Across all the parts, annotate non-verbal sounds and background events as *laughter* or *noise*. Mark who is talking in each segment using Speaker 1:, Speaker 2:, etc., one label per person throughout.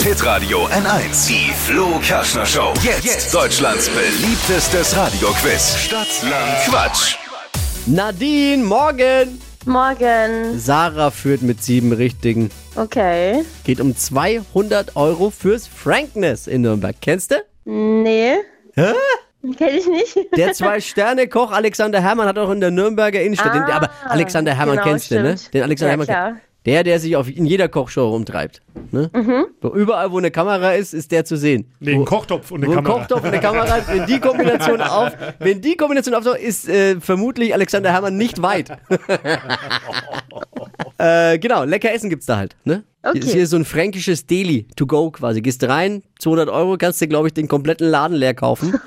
Speaker 1: Hitradio N1. Die Flo Kaschner Show. Jetzt, Deutschlands beliebtestes Radioquiz. Stadt, Land, Quatsch.
Speaker 2: Nadine, morgen!
Speaker 3: Morgen.
Speaker 2: Sarah führt mit sieben Richtigen.
Speaker 3: Okay.
Speaker 2: Geht um 200 Euro fürs Frankness in Nürnberg. Kennst du?
Speaker 3: Nee,
Speaker 2: Hä?
Speaker 3: kenne ich nicht. *laughs*
Speaker 2: Der Zwei-Sterne-Koch Alexander Herrmann hat auch in der Nürnberger Innenstadt. den, aber Alexander Herrmann
Speaker 3: genau,
Speaker 2: kennst du, ne?
Speaker 3: stimmt.
Speaker 2: Den Alexander
Speaker 3: Ja,
Speaker 2: Herrmann
Speaker 3: klar.
Speaker 2: kenn- Der, der sich auf, in jeder Kochshow rumtreibt. Ne?
Speaker 3: Mhm.
Speaker 2: So, überall, wo eine Kamera ist, ist der zu sehen.
Speaker 4: Nee,
Speaker 2: wo,
Speaker 4: ein Kochtopf und eine
Speaker 2: wo ein
Speaker 4: Kamera.
Speaker 2: Kochtopf und eine Kamera, ist, wenn die
Speaker 4: *laughs*
Speaker 2: Kombination auf, wenn die Kombination auftaucht, ist äh, vermutlich Alexander Herrmann nicht
Speaker 4: *laughs*
Speaker 2: weit. äh, genau, lecker Essen gibt's da halt. Ne?
Speaker 3: Okay.
Speaker 2: Ist hier so ein fränkisches Deli to go quasi. Gehst rein, 200 Euro, kannst dir glaube ich den kompletten Laden leer kaufen.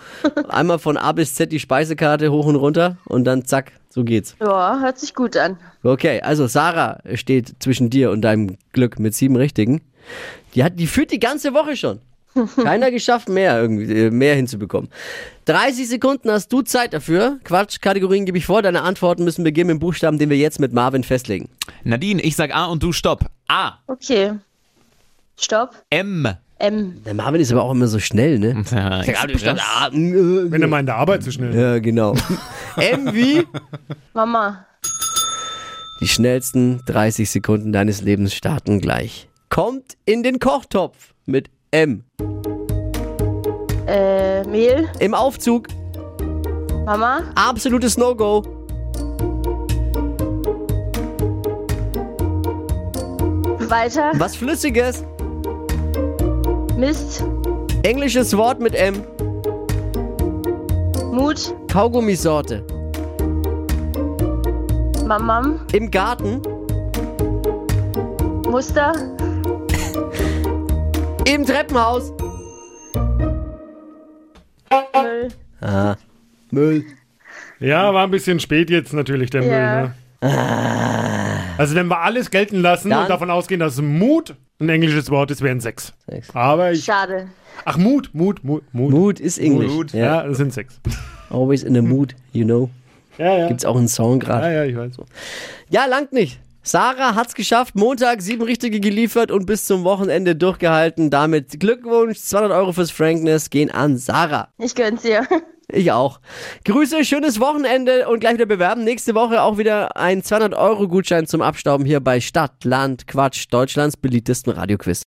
Speaker 2: Einmal von A bis Z die Speisekarte hoch und runter und dann zack, so geht's.
Speaker 3: Ja, hört sich gut an.
Speaker 2: Okay, also Sarah steht zwischen dir und deinem Glück mit sieben Richtigen. Die, hat, die führt die ganze Woche schon. Keiner geschafft, mehr, irgendwie, äh, mehr hinzubekommen. 30 Sekunden hast du Zeit dafür. Quatsch, Kategorien gebe ich vor. Deine Antworten müssen beginnen mit dem Buchstaben, den wir jetzt mit Marvin festlegen.
Speaker 5: Nadine, ich sag A und du stopp. A.
Speaker 3: Okay. Stopp.
Speaker 5: M.
Speaker 3: M.
Speaker 2: Der Marvin ist aber auch immer so schnell, ne?
Speaker 5: Ja,
Speaker 2: Sag, ah, du bist ah, mm, äh,
Speaker 4: Wenn er mal in der Arbeit zu schnell.
Speaker 2: Ja, genau. M wie?
Speaker 3: Mama.
Speaker 2: Die schnellsten 30 Sekunden deines Lebens starten gleich. Kommt in den Kochtopf mit M.
Speaker 3: Äh, Mehl.
Speaker 2: Im Aufzug
Speaker 3: Mama.
Speaker 2: absolutes No-Go.
Speaker 3: Weiter.
Speaker 2: Was Flüssiges,
Speaker 3: Mist.
Speaker 2: englisches Wort mit M,
Speaker 3: Mut.
Speaker 2: Kaugummisorte,
Speaker 3: Mamam.
Speaker 2: im Garten,
Speaker 3: Muster.
Speaker 2: im Treppenhaus.
Speaker 3: Müll.
Speaker 2: Müll.
Speaker 4: Ja, war ein bisschen spät jetzt natürlich der
Speaker 3: Ja.
Speaker 4: Müll. Ne? Also wenn wir alles gelten lassen
Speaker 2: Dann-
Speaker 4: und davon ausgehen, dass Mut ein englisches Wort ist, wären sechs.
Speaker 2: Sechs.
Speaker 4: Aber ich,
Speaker 3: Schade.
Speaker 4: ach Mut, Mut, Mut, Mut.
Speaker 2: Mood ist Englisch.
Speaker 4: Mut,
Speaker 2: Ja.
Speaker 4: ja. das sind sechs.
Speaker 2: Always in the mood, you know.
Speaker 4: Ja, ja.
Speaker 2: Gibt's auch einen Song
Speaker 4: ja,
Speaker 2: gerade.
Speaker 4: ja, ich weiß.
Speaker 2: Ja, langt nicht. Sarah hat's geschafft, Montag sieben Richtige geliefert und bis zum Wochenende durchgehalten. Damit Glückwunsch, 200 Euro fürs Frankness gehen an Sarah.
Speaker 3: Ich gönn's dir. *laughs*
Speaker 2: Ich auch. Grüße, schönes Wochenende und gleich wieder bewerben. Nächste Woche auch wieder ein 200 Euro Gutschein zum Abstauben hier bei Stadt, Land, Quatsch, Deutschlands beliebtesten Radioquiz.